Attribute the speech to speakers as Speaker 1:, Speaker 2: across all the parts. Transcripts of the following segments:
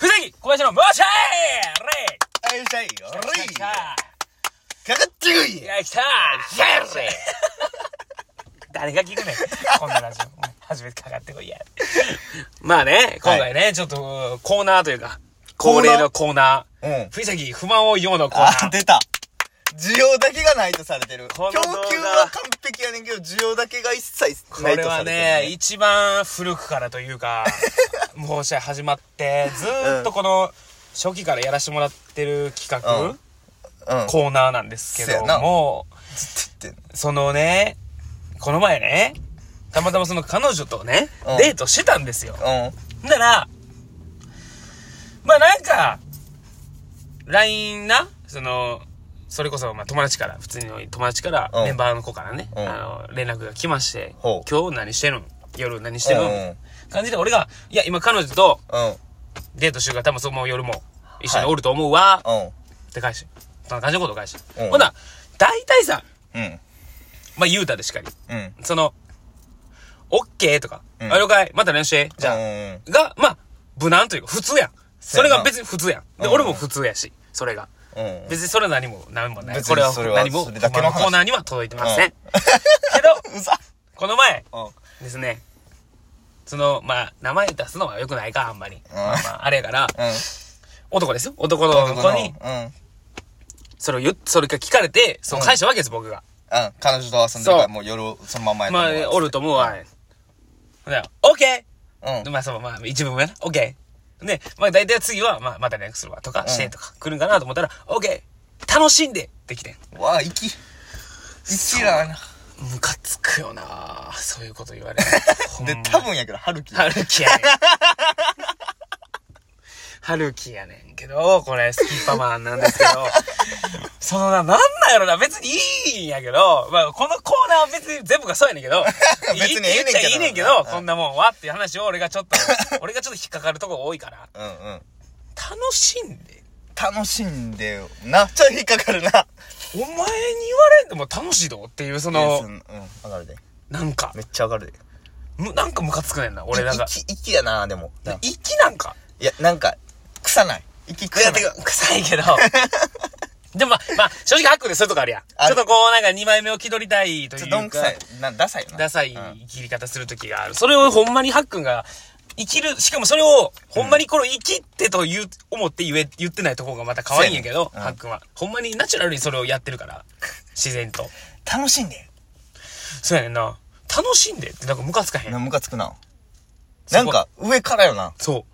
Speaker 1: 小林の、もしゃーれ
Speaker 2: いしゃいよ
Speaker 1: い
Speaker 2: り
Speaker 1: 来た
Speaker 2: かかってこい
Speaker 1: い
Speaker 2: や
Speaker 1: や、来た
Speaker 2: しゃいれ
Speaker 1: 誰が聞くねん。こんなラジオ。お前初めてかかってこいや。まあね、今回ね、ちょっとコーナーというか、
Speaker 2: コーナ
Speaker 1: 恒
Speaker 2: ー
Speaker 1: 例のコーナ
Speaker 2: う
Speaker 1: ー
Speaker 2: ん。
Speaker 1: 藤崎不満を言おうのコーナ
Speaker 2: あ
Speaker 1: ー。
Speaker 2: 出た需要だけがないとされてる
Speaker 1: この
Speaker 2: 供
Speaker 1: 動画
Speaker 2: 給は完璧やねんけど需要だけが一切
Speaker 1: こ
Speaker 2: ないと
Speaker 1: れ
Speaker 2: され
Speaker 1: は
Speaker 2: てる
Speaker 1: ね、一番古くからというか、もう試合始まって、ずーっとこの、初期からやらしてもらってる企画、
Speaker 2: うんうん
Speaker 1: コーナーなんですけど
Speaker 2: せやな
Speaker 1: も、
Speaker 2: ずっと言ってんの
Speaker 1: そのね、この前ね、たまたまその彼女とね、
Speaker 2: うん
Speaker 1: デートしてたんですよ。
Speaker 2: うん
Speaker 1: なら、まあなんか、LINE な、その、それこそ、まあ友達から、普通の友達から、
Speaker 2: うん
Speaker 1: メンバーの子からね、
Speaker 2: うん
Speaker 1: あの、連絡が来まして、
Speaker 2: ほう
Speaker 1: 今日何してるん夜何してるん、
Speaker 2: うんうん
Speaker 1: 感じで俺が、いや、今彼女と
Speaker 2: うん
Speaker 1: デートしてるから、多分その夜も一緒に
Speaker 2: はい
Speaker 1: おると思うわ、
Speaker 2: うん
Speaker 1: って返して、そんな感じのことを返して。
Speaker 2: うん
Speaker 1: ほな、大体さ、
Speaker 2: うん
Speaker 1: まあ言うたでしかり、
Speaker 2: うん
Speaker 1: その、オッケーとか、
Speaker 2: うん
Speaker 1: あ了解、また練習して、じゃあ、
Speaker 2: うん
Speaker 1: が、まあ、無難というか、普通やん。そ
Speaker 2: そう
Speaker 1: れ
Speaker 2: や
Speaker 1: が
Speaker 2: な
Speaker 1: 別に普通やん。で、
Speaker 2: うん
Speaker 1: 俺も普通やし、それが。
Speaker 2: うん
Speaker 1: 別にそれは何も、何もない。
Speaker 2: 別に
Speaker 1: これは
Speaker 2: それは
Speaker 1: 何も、
Speaker 2: それだけ
Speaker 1: こ
Speaker 2: の
Speaker 1: の
Speaker 2: 話
Speaker 1: コーナーには届いてません。
Speaker 2: うん
Speaker 1: けど、
Speaker 2: うざ
Speaker 1: この前
Speaker 2: うん
Speaker 1: ですね、その、まあ、名前出すのは良くないか、あんまり。まあまあ、あれやから、
Speaker 2: うん
Speaker 1: 男ですよ。男の子に、
Speaker 2: うんうん
Speaker 1: それを言っそれが聞かれて、その返したわけです、僕が。
Speaker 2: 彼女と遊んでるか
Speaker 1: そう
Speaker 2: らもう夜そのまんまや
Speaker 1: まあ、おると思うわ。ほんならオッケー
Speaker 2: うん
Speaker 1: でまあ、その、まあ、一部分やな。オッケー。で、まあ、大体次は、まあ、また連絡するわとか、してとか、来るんかなと思ったら、オッケー楽しんでできてん。
Speaker 2: わあ息息らな
Speaker 1: ムカつくよなそういうこと言われる。 ほんま
Speaker 2: で多分やけど春樹
Speaker 1: 春樹やねん。 春樹やねんけど、これ、スキッパマンなんですけ ど、そのな、なんなんやろな、別にいいんやけど、まあ、このコーナーは別に全部がそうやねんけど、
Speaker 2: 別にえ
Speaker 1: いいっ
Speaker 2: えねんけど
Speaker 1: て言っちゃいいねんけど
Speaker 2: う、ん
Speaker 1: こんなもんはっていう話を俺がち ょっと、俺がちょっと引っかかるとこ多いから、
Speaker 2: うんうん
Speaker 1: 楽しんで。
Speaker 2: 楽しんでよなちょっと引っかかるな
Speaker 1: お前に言われんでも楽しいどっていう、そ
Speaker 2: うん
Speaker 1: の、
Speaker 2: うんわかるで
Speaker 1: なんか
Speaker 2: め、っちゃわかるで
Speaker 1: むなんかムカつくねんな、俺なんか。
Speaker 2: 息息やなでも
Speaker 1: で息なんか。
Speaker 2: いやなんか臭ない息
Speaker 1: いや、
Speaker 2: 臭な
Speaker 1: て
Speaker 2: い
Speaker 1: か、臭いけど。 でもまあ、まあ、正直ハックでそういうとこあるやん。
Speaker 2: あ
Speaker 1: ちょ
Speaker 2: る
Speaker 1: っとこう、なんか二枚目を気取りたいと
Speaker 2: ち
Speaker 1: い
Speaker 2: ょっと
Speaker 1: う
Speaker 2: どんくさ
Speaker 1: か
Speaker 2: い、なダサいよな
Speaker 1: ダサい
Speaker 2: うん
Speaker 1: 切り方する時がある。それをほんまにハックンが、生きる、しかもそれを、ほんまにこれ生きってと言う、思って言え、言ってないとこがまた可愛いんやけど、
Speaker 2: そうやねうん
Speaker 1: ハックンは。ほんまにナチュラルにそれをやってるから、自然と。
Speaker 2: 楽しんで
Speaker 1: そうやねんな。楽しんでってなんかムカつかへん
Speaker 2: な。ムカつくな
Speaker 1: そ
Speaker 2: な
Speaker 1: こ
Speaker 2: んか上からよな
Speaker 1: そ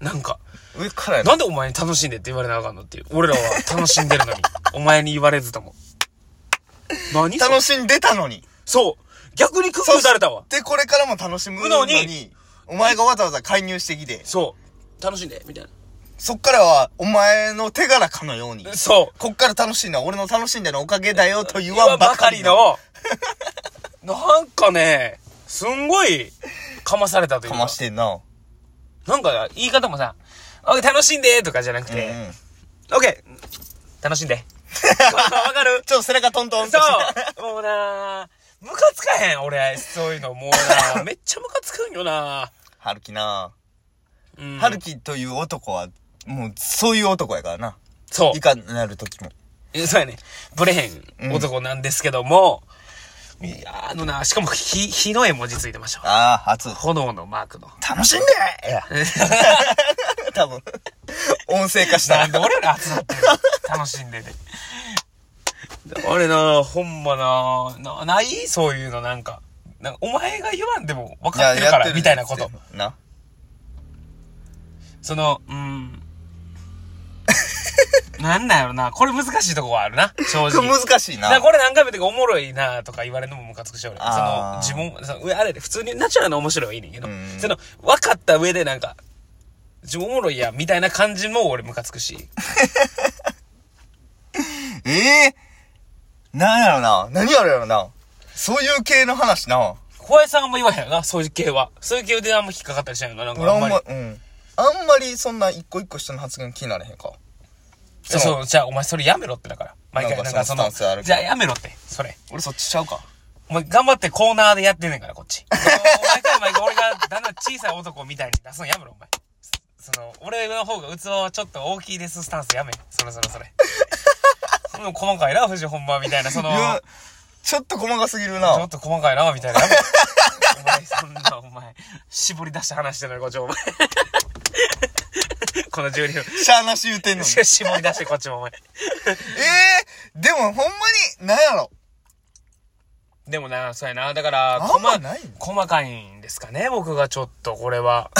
Speaker 1: う。なんか、
Speaker 2: 上からやな
Speaker 1: なんでお前に楽しんでって言われなあかんのっていう。俺らは楽しんでるの に。お前に言われずとも。何それ
Speaker 2: 楽しんでたのに
Speaker 1: そう。逆に工夫打たれたわ。
Speaker 2: でこれからも楽しむ
Speaker 1: の
Speaker 2: の
Speaker 1: に
Speaker 2: にお前がわざわざ介入してきて
Speaker 1: そう。楽しんで、みたい
Speaker 2: そっからはお前の手柄かのように
Speaker 1: な。そう。
Speaker 2: こっから楽しいのは俺の楽しんでのおかげだよと言
Speaker 1: 言
Speaker 2: わ
Speaker 1: わ
Speaker 2: ん
Speaker 1: ん
Speaker 2: ば
Speaker 1: ば
Speaker 2: か
Speaker 1: か
Speaker 2: り
Speaker 1: り
Speaker 2: の。
Speaker 1: の。なんかね、すんごい、かまされたという
Speaker 2: か
Speaker 1: か。
Speaker 2: ましてんな。
Speaker 1: なんか、言い方もさ、オッケー楽しんでとかじゃなく
Speaker 2: うん
Speaker 1: て、
Speaker 2: うん。
Speaker 1: オッケー楽し んで。わかる
Speaker 2: ちょっと背中トントンとして。
Speaker 1: そうもうなムカつかへん、俺。そういうの、もうなめっちゃムカつくんよな
Speaker 2: 春樹な。
Speaker 1: うん
Speaker 2: 春樹という男は、もうそういう男やからな。
Speaker 1: そう
Speaker 2: い。かなる時も。
Speaker 1: えそうやね。ブレへん男なんですけども、いや、あのな、しかも火、火の絵文字ついてましたわ。
Speaker 2: ああ、熱い。
Speaker 1: 炎のマークの。
Speaker 2: 楽しんでいや。 多分。音声化し
Speaker 1: な
Speaker 2: た
Speaker 1: んで
Speaker 2: ら。
Speaker 1: 俺ら集まってるの 楽しんでて。あれな、ほんまな、な、ないそういうのなんか。なんかお前が言わんでも分かってるから、みたいなこと。。
Speaker 2: な。
Speaker 1: その、 うん。なんなんやろな。これ難しいとこはあるな、正
Speaker 2: こ
Speaker 1: 直
Speaker 2: れ。難しい
Speaker 1: だ
Speaker 2: な。
Speaker 1: からこれ何回も言っておもろいなとか言われるのもムカつくし俺その
Speaker 2: あー
Speaker 1: 自分その上あれで普通にナチュラルな面白いはいいねんけど、
Speaker 2: うん
Speaker 1: その分かった上でなんか自分おもろいやみたいな感じも俺ムカつくし
Speaker 2: ええなんやろな。何やろやろな。そういう系の話な。
Speaker 1: 小林さんあんま言わへんよなそういう系はそういう系であんま引っかかったりしないよななん
Speaker 2: 俺
Speaker 1: かあ
Speaker 2: あん
Speaker 1: んまり
Speaker 2: ま、うん。あんまりそんな一個一個人の発言気になれへんか。
Speaker 1: そうそうじゃあお前それやめろってだから毎回な
Speaker 2: な
Speaker 1: ん
Speaker 2: ん
Speaker 1: か
Speaker 2: か
Speaker 1: そ
Speaker 2: そ
Speaker 1: の
Speaker 2: のスタンスあるけ
Speaker 1: じ
Speaker 2: ど
Speaker 1: ゃあやめろってそれ
Speaker 2: 俺そっちちゃうか。
Speaker 1: お前頑張ってコーナーでやってんねんからこっちお前から毎回俺がだんだん小さい男みたいに出すのやめろお前そその、俺の方が器はちょっと大きいですスタンスやめ。そろそろそれ。もう細かいな、富士本番みたいな、その、
Speaker 2: いや
Speaker 1: ち、
Speaker 2: ちょっと細かすぎる
Speaker 1: ょ
Speaker 2: な
Speaker 1: っ。と細かいな、みたいな。やめお前、そんな、お前、絞り出して話してない、こっちもお前。この12分。
Speaker 2: しゃーなし言うてんのに。え
Speaker 1: 絞り出して、こっちもお前。
Speaker 2: えー、でもほんまに、なんやろ。
Speaker 1: でもな、そうやな。だから、
Speaker 2: あんま
Speaker 1: 細
Speaker 2: ない
Speaker 1: 細かいんですかね、僕がちょっと、これ は。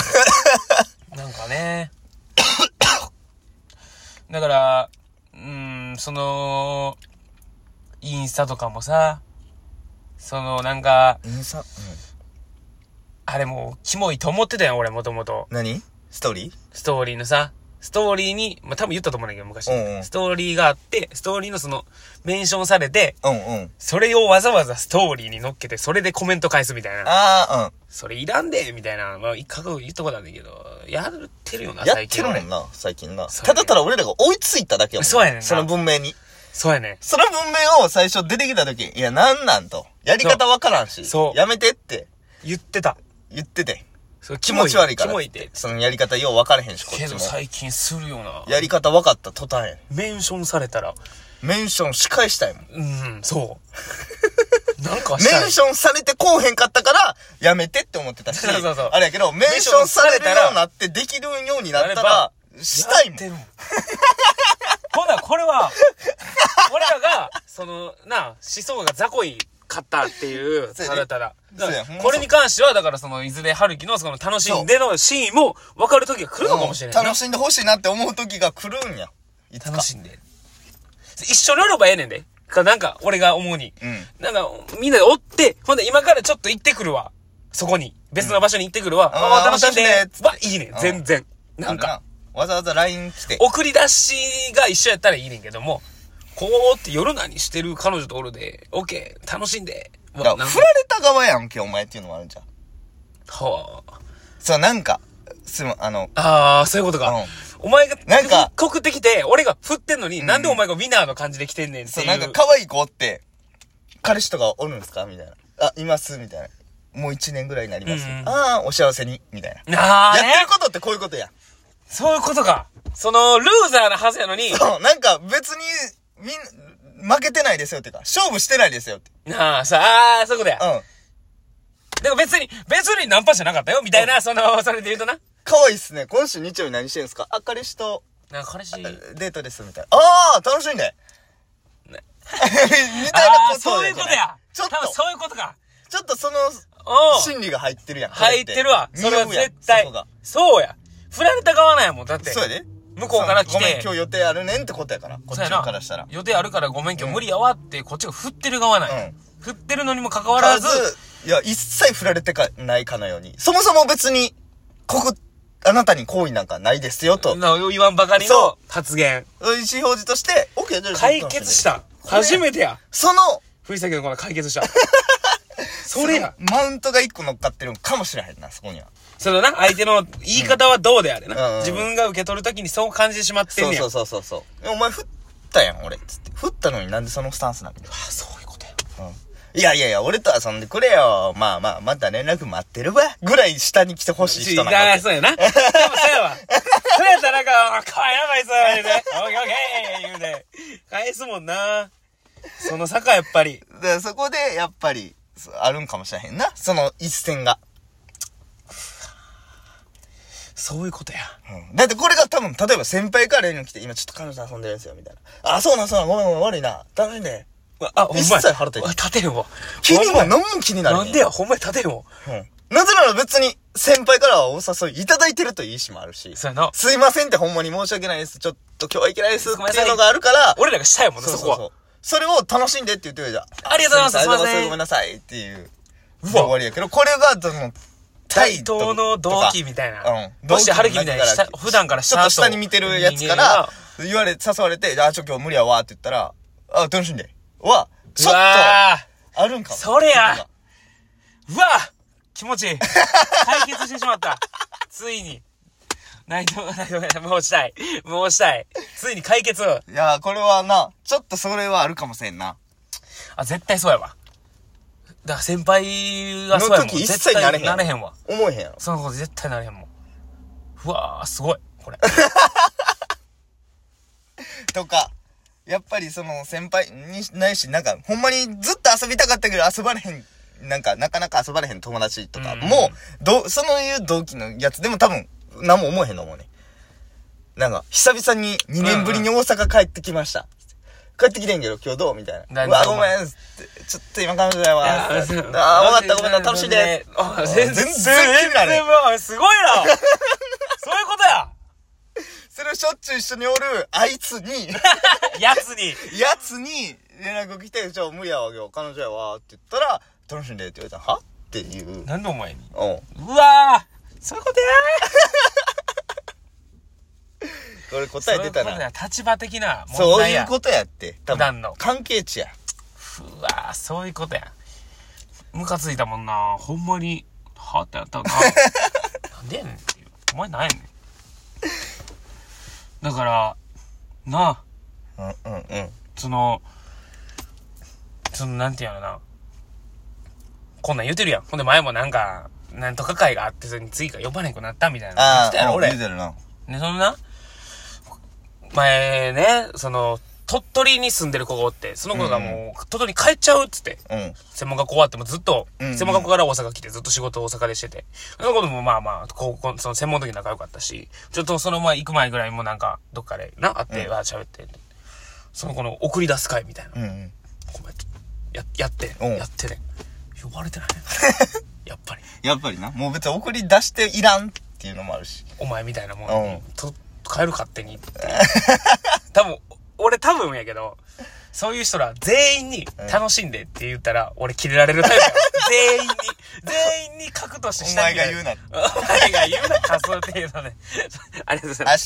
Speaker 1: なんかね。 だから、うーん、その、インスタとかもさ、その、なんか、
Speaker 2: インスタ、うん。
Speaker 1: あれもう、キモいと思ってたやん、俺、もともと。
Speaker 2: 何ストーリー
Speaker 1: ストーリーのさ、ストーリーに、まあ、多分言ったと思うんだけど、昔。
Speaker 2: うんうん
Speaker 1: ストーリーがあって、ストーリーのその、メンションされて、
Speaker 2: うんうん。
Speaker 1: それをわざわざストーリーに乗っけて、それでコメント返すみたいな。
Speaker 2: ああ、
Speaker 1: それいらんでみたいな、まあ、一角言ったことあるんだけど、やってるよ
Speaker 2: う
Speaker 1: な、
Speaker 2: ん。やっ
Speaker 1: 最
Speaker 2: て
Speaker 1: 近
Speaker 2: るも
Speaker 1: 俺
Speaker 2: ん。な、最近な。
Speaker 1: そう
Speaker 2: ただただ俺らが追いついただけやもん。
Speaker 1: そうやねんな
Speaker 2: その文明に。
Speaker 1: そうやね。
Speaker 2: その文明を最初出てきた時、いや、なんなんと。やり方わからんし。
Speaker 1: そうそう
Speaker 2: やめてって
Speaker 1: 言ってた。
Speaker 2: 言ってて。
Speaker 1: そう
Speaker 2: 気持ち悪いから。
Speaker 1: キモいって。
Speaker 2: そのやり方よう分からへんし、こっ
Speaker 1: け
Speaker 2: ち
Speaker 1: ど
Speaker 2: も。
Speaker 1: 最近するよな。
Speaker 2: やり方分かった途端やね
Speaker 1: メンションされたら、
Speaker 2: ん。メンション仕返したいもん。
Speaker 1: うん、 そう。なんかしたい。
Speaker 2: メンションされてこうへんかったから、やめてって思ってたし。
Speaker 1: そうそうそう
Speaker 2: あれやけど、メンションされるようになって、できるようになったら、したい
Speaker 1: やっ
Speaker 2: もん
Speaker 1: て。るん。ほな、これは、俺らが、その、なあ、思想が雑魚いかったっていう、
Speaker 2: そうやね
Speaker 1: ただただ。だ
Speaker 2: そう
Speaker 1: か
Speaker 2: や
Speaker 1: ら
Speaker 2: ほんまそ
Speaker 1: こ
Speaker 2: う
Speaker 1: れに関しては、だからその、いずれ春樹のその楽しんでのシーンも分かる時が来るのかもしれないな。
Speaker 2: 楽しんでほしいなって思う時が来るんや。いつか
Speaker 1: 楽しんで。一緒におればええねんで。かなんか、俺が思うに。
Speaker 2: うん
Speaker 1: なんか、みんなでおって、ほんで今からちょっと行ってくるわ。そこに。別の場所に行ってくるわ。
Speaker 2: ん
Speaker 1: あ
Speaker 2: あ
Speaker 1: あ、
Speaker 2: ー
Speaker 1: 楽しんで
Speaker 2: 楽しんでっつっ。て
Speaker 1: わ、いいねん
Speaker 2: う。ん
Speaker 1: 全然。なん
Speaker 2: あ
Speaker 1: か、
Speaker 2: るな。わざわざ LINE 来て。
Speaker 1: 送り出しが一緒やったらいいねんけども、こうって夜何してる彼女とおるで、オッケー、楽しんで。
Speaker 2: だ
Speaker 1: わ
Speaker 2: から
Speaker 1: なんか
Speaker 2: 振られた側やんけ、お前っていうのもあるんじゃん。
Speaker 1: はあ。
Speaker 2: そう、なんか、すまん、あの、
Speaker 1: ああ、そういうことか。
Speaker 2: うん
Speaker 1: お前が、
Speaker 2: なんか
Speaker 1: 告ってきて、俺が振ってんのに、なんでお前がウィナーの感じで来てんねんって
Speaker 2: そ、
Speaker 1: いうう。
Speaker 2: なんか可愛い子おって、彼氏とかおるんですかみたいな。あ、いますみたいな。もう一年ぐらいになります。
Speaker 1: うんうん
Speaker 2: ああ、お幸せに。みたいな。
Speaker 1: なあね
Speaker 2: やってることってこういうことや。
Speaker 1: そういうことか。その、ルーザーなはずやのに、
Speaker 2: そう、なんか別に、みん、負けてないですよっていうか、勝負してないですよって。
Speaker 1: なあ、さあ、そういうことや
Speaker 2: う。ん。
Speaker 1: でも別に、別にナンパじゃなかったよ、みたいな、その、それで言うとな。
Speaker 2: 可愛いっすね。今週日曜日何してるんですかあ、彼氏と
Speaker 1: なんか彼氏、
Speaker 2: デートです、みたいな。ああ、楽しんで。 みたいな
Speaker 1: ああー、
Speaker 2: こと
Speaker 1: そうい
Speaker 2: じ
Speaker 1: う
Speaker 2: ゃ
Speaker 1: こ
Speaker 2: な
Speaker 1: とや。
Speaker 2: ちょっと
Speaker 1: 多、分そういうことか。
Speaker 2: ちょっとその、
Speaker 1: おう
Speaker 2: 心理が入ってるやん。
Speaker 1: 入ってるわ。そ
Speaker 2: 匂う
Speaker 1: れ
Speaker 2: や
Speaker 1: は
Speaker 2: ん
Speaker 1: 絶対
Speaker 2: そこが。
Speaker 1: そうや。振られた側なんやもん、だって。
Speaker 2: そうやで。
Speaker 1: 向こうから来て
Speaker 2: そうごめん、今日予定あるねんってことやから。こっ
Speaker 1: そうや
Speaker 2: ち
Speaker 1: な
Speaker 2: からしたら。
Speaker 1: 予定あるからごめん今日無理やわって、こっちが振ってる側なんや
Speaker 2: うん。
Speaker 1: 振ってるのにもかかわらず、
Speaker 2: ず、いや、一切振られてかないかのように。そもそも別に、ここ、あなたに好意なんかないですよと。
Speaker 1: な言わんばかりの
Speaker 2: そ
Speaker 1: 発言。
Speaker 2: 意思表示として、OK、じゃあ
Speaker 1: 解決し。た。
Speaker 2: れ
Speaker 1: 初めてや。
Speaker 2: その、
Speaker 1: 藤崎のこの解 決した。それや。
Speaker 2: マウントが一個乗っかってるんかもしれへんな、そこには。
Speaker 1: そのな、相手の言い方はどうであれ
Speaker 2: うんうん
Speaker 1: な。
Speaker 2: うん
Speaker 1: 自分が受け取るときにそう感じてしまってん
Speaker 2: そう
Speaker 1: ねや。
Speaker 2: そうそうそうそう。えお前振ったやん、俺。つって。振ったのになんでそのスタンスなんだよ。
Speaker 1: あそういうことや。
Speaker 2: うん。いやいやいや、俺と遊んでくれよ。まあまあ、また連絡待ってるわ。ぐらい下に来てほしい人なん
Speaker 1: あ
Speaker 2: だ
Speaker 1: あ、。そうやな。でも そうやわ。そうやったらなんか、あかわいなこいつ言うて、オッケーオッケー言うて、返すもんな。その坂やっぱり。
Speaker 2: だからそこで、やっぱり、そあるんかもしれへんな。その一線が。
Speaker 1: そういうことや。
Speaker 2: うんだってこれが多分、例えば先輩から連絡来て、今ちょっと彼女と遊んでるんですよ、みたいな。あ、そうなんそうなん、ごめんごめん、悪いな。楽しんで。
Speaker 1: うわあ、ほんまや。
Speaker 2: 一切腹立てへん
Speaker 1: わ立てへんわ。
Speaker 2: 気に
Speaker 1: ほ
Speaker 2: は、
Speaker 1: ん
Speaker 2: 何も気に
Speaker 1: ま
Speaker 2: な
Speaker 1: や
Speaker 2: る、
Speaker 1: なんでや、ほんまや立てへんわ。
Speaker 2: うん。なぜなら別に、先輩からはお誘いいただいてるという意思もあるし。
Speaker 1: そうやな。
Speaker 2: すいませんってほんまに申し訳ないです。ちょっと今日はいけないですって
Speaker 1: ごめんなさい
Speaker 2: いうのがあるから。
Speaker 1: 俺らがしたいもんな、
Speaker 2: そう
Speaker 1: そ
Speaker 2: そ
Speaker 1: こ
Speaker 2: う
Speaker 1: は
Speaker 2: そう。。それを楽しんでって言ってくれたじゃん。
Speaker 1: ありがとうございますすいま
Speaker 2: ああ
Speaker 1: せん
Speaker 2: ごめんなさいっていう。
Speaker 1: うわ
Speaker 2: 終わりやけど、これが、その、
Speaker 1: 対等の同期みたいな。
Speaker 2: うん。
Speaker 1: もし春樹みたいに下
Speaker 2: 同期の中から
Speaker 1: 普段から
Speaker 2: ちょっと下
Speaker 1: と
Speaker 2: に見てるやつから、言われ、誘われて、あ、ちょ、今日無理やわって言ったら、あ、楽しんで。は、
Speaker 1: 人
Speaker 2: ちょ
Speaker 1: 間
Speaker 2: っ
Speaker 1: がう
Speaker 2: と、あ
Speaker 1: わ
Speaker 2: るんかも。
Speaker 1: それやーうわ気持ちいい。解決してしまった。ついに。内藤、内藤、もうしたい。もうしたい。ついに解決。
Speaker 2: いや、これはな、ちょっとそれはあるかもしれんな。
Speaker 1: あ、絶対そうやわ。だから先輩がそうやもん。
Speaker 2: の時一
Speaker 1: 絶
Speaker 2: 切
Speaker 1: 対
Speaker 2: なれへん
Speaker 1: なれへんわ。
Speaker 2: 思えへんやろ。
Speaker 1: そのこと絶対なれへんもん。うわー、すごい、これ。
Speaker 2: とか、やっぱりその先輩にないし、なんか、ほんまにずっと遊びたかったけど遊ばれへん、なんか、なかなか遊ばれへん友達とか
Speaker 1: うん
Speaker 2: も、ど、そのいう同期のやつでも多分、何も思えへんの思うね。なんか、久々に2年ぶりに大阪帰ってきました。帰ってきてんけど、今日どうみたいな。
Speaker 1: 何
Speaker 2: うわ、
Speaker 1: どう
Speaker 2: ごめんっつって、ちょっと今彼女やわ。あ
Speaker 1: い
Speaker 2: ー、
Speaker 1: や
Speaker 2: 分
Speaker 1: ー
Speaker 2: かったごめんな、楽しいで。。
Speaker 1: あ全然、
Speaker 2: 全然
Speaker 1: 全然、もうすごいなそういうことや
Speaker 2: それをしょっちゅう一緒におる、あいつに、
Speaker 1: やつに。
Speaker 2: やつに連絡来て、じゃあ無理やわけよ、彼女やわ、って言ったら、楽しんでって言われたら、はっていう。うん。
Speaker 1: なんでお前にうわーそういうことや
Speaker 2: これ答え出
Speaker 1: そうい
Speaker 2: た
Speaker 1: うこと
Speaker 2: な。
Speaker 1: や立場的な問
Speaker 2: そう
Speaker 1: 題
Speaker 2: いう
Speaker 1: や。
Speaker 2: ことやって。多
Speaker 1: 普段の
Speaker 2: 関係値や。
Speaker 1: うわーそういうことや。ムカついたもんなほんまに、はってやったな。 なんでやねんっていう。お前なんやねん。だから、なあ、
Speaker 2: うんうんうん。
Speaker 1: その、その、なんていうのな。こんなん言うてるやん。ほんで前もなんか、なんとか会があって、それに次が呼ばれんくなったみたいな。言っ
Speaker 2: あ
Speaker 1: てたや
Speaker 2: あ、
Speaker 1: ろ、俺。
Speaker 2: 出てるな。
Speaker 1: ね、そのな、前ね、その、鳥取に住んでる子がおって、その子がもう、鳥取に帰っちゃうっつって、
Speaker 2: うん。
Speaker 1: 専門学校終わってもずっと、
Speaker 2: うんうん
Speaker 1: 専門学校から大阪来てずっと仕事を大阪でしてて、その子ともまあまあ、高校、その専門の時仲良かったし、ちょっとその前行く前ぐらいもなんか、どっかでな、会って、わー喋って、その子の送り出す会みたいな。
Speaker 2: うんうん。
Speaker 1: こうやってや、やって
Speaker 2: うん
Speaker 1: ね、やってね。呼ばれ てないね。やっぱり、
Speaker 2: やっぱりな。もう別に送り出していらんっていうのもあるし。
Speaker 1: お前みたいなもん
Speaker 2: うん
Speaker 1: に、と、帰る勝手にっていう。多分、俺多分やけど、そういう人ら全員に楽しんでって言ったら、俺キレられるタイプ やわ全員に、全員に核として
Speaker 2: お
Speaker 1: 下
Speaker 2: 前
Speaker 1: に見られる
Speaker 2: が言う な。
Speaker 1: お前が言うな、仮想程度で。ありがとうございます
Speaker 2: 明。日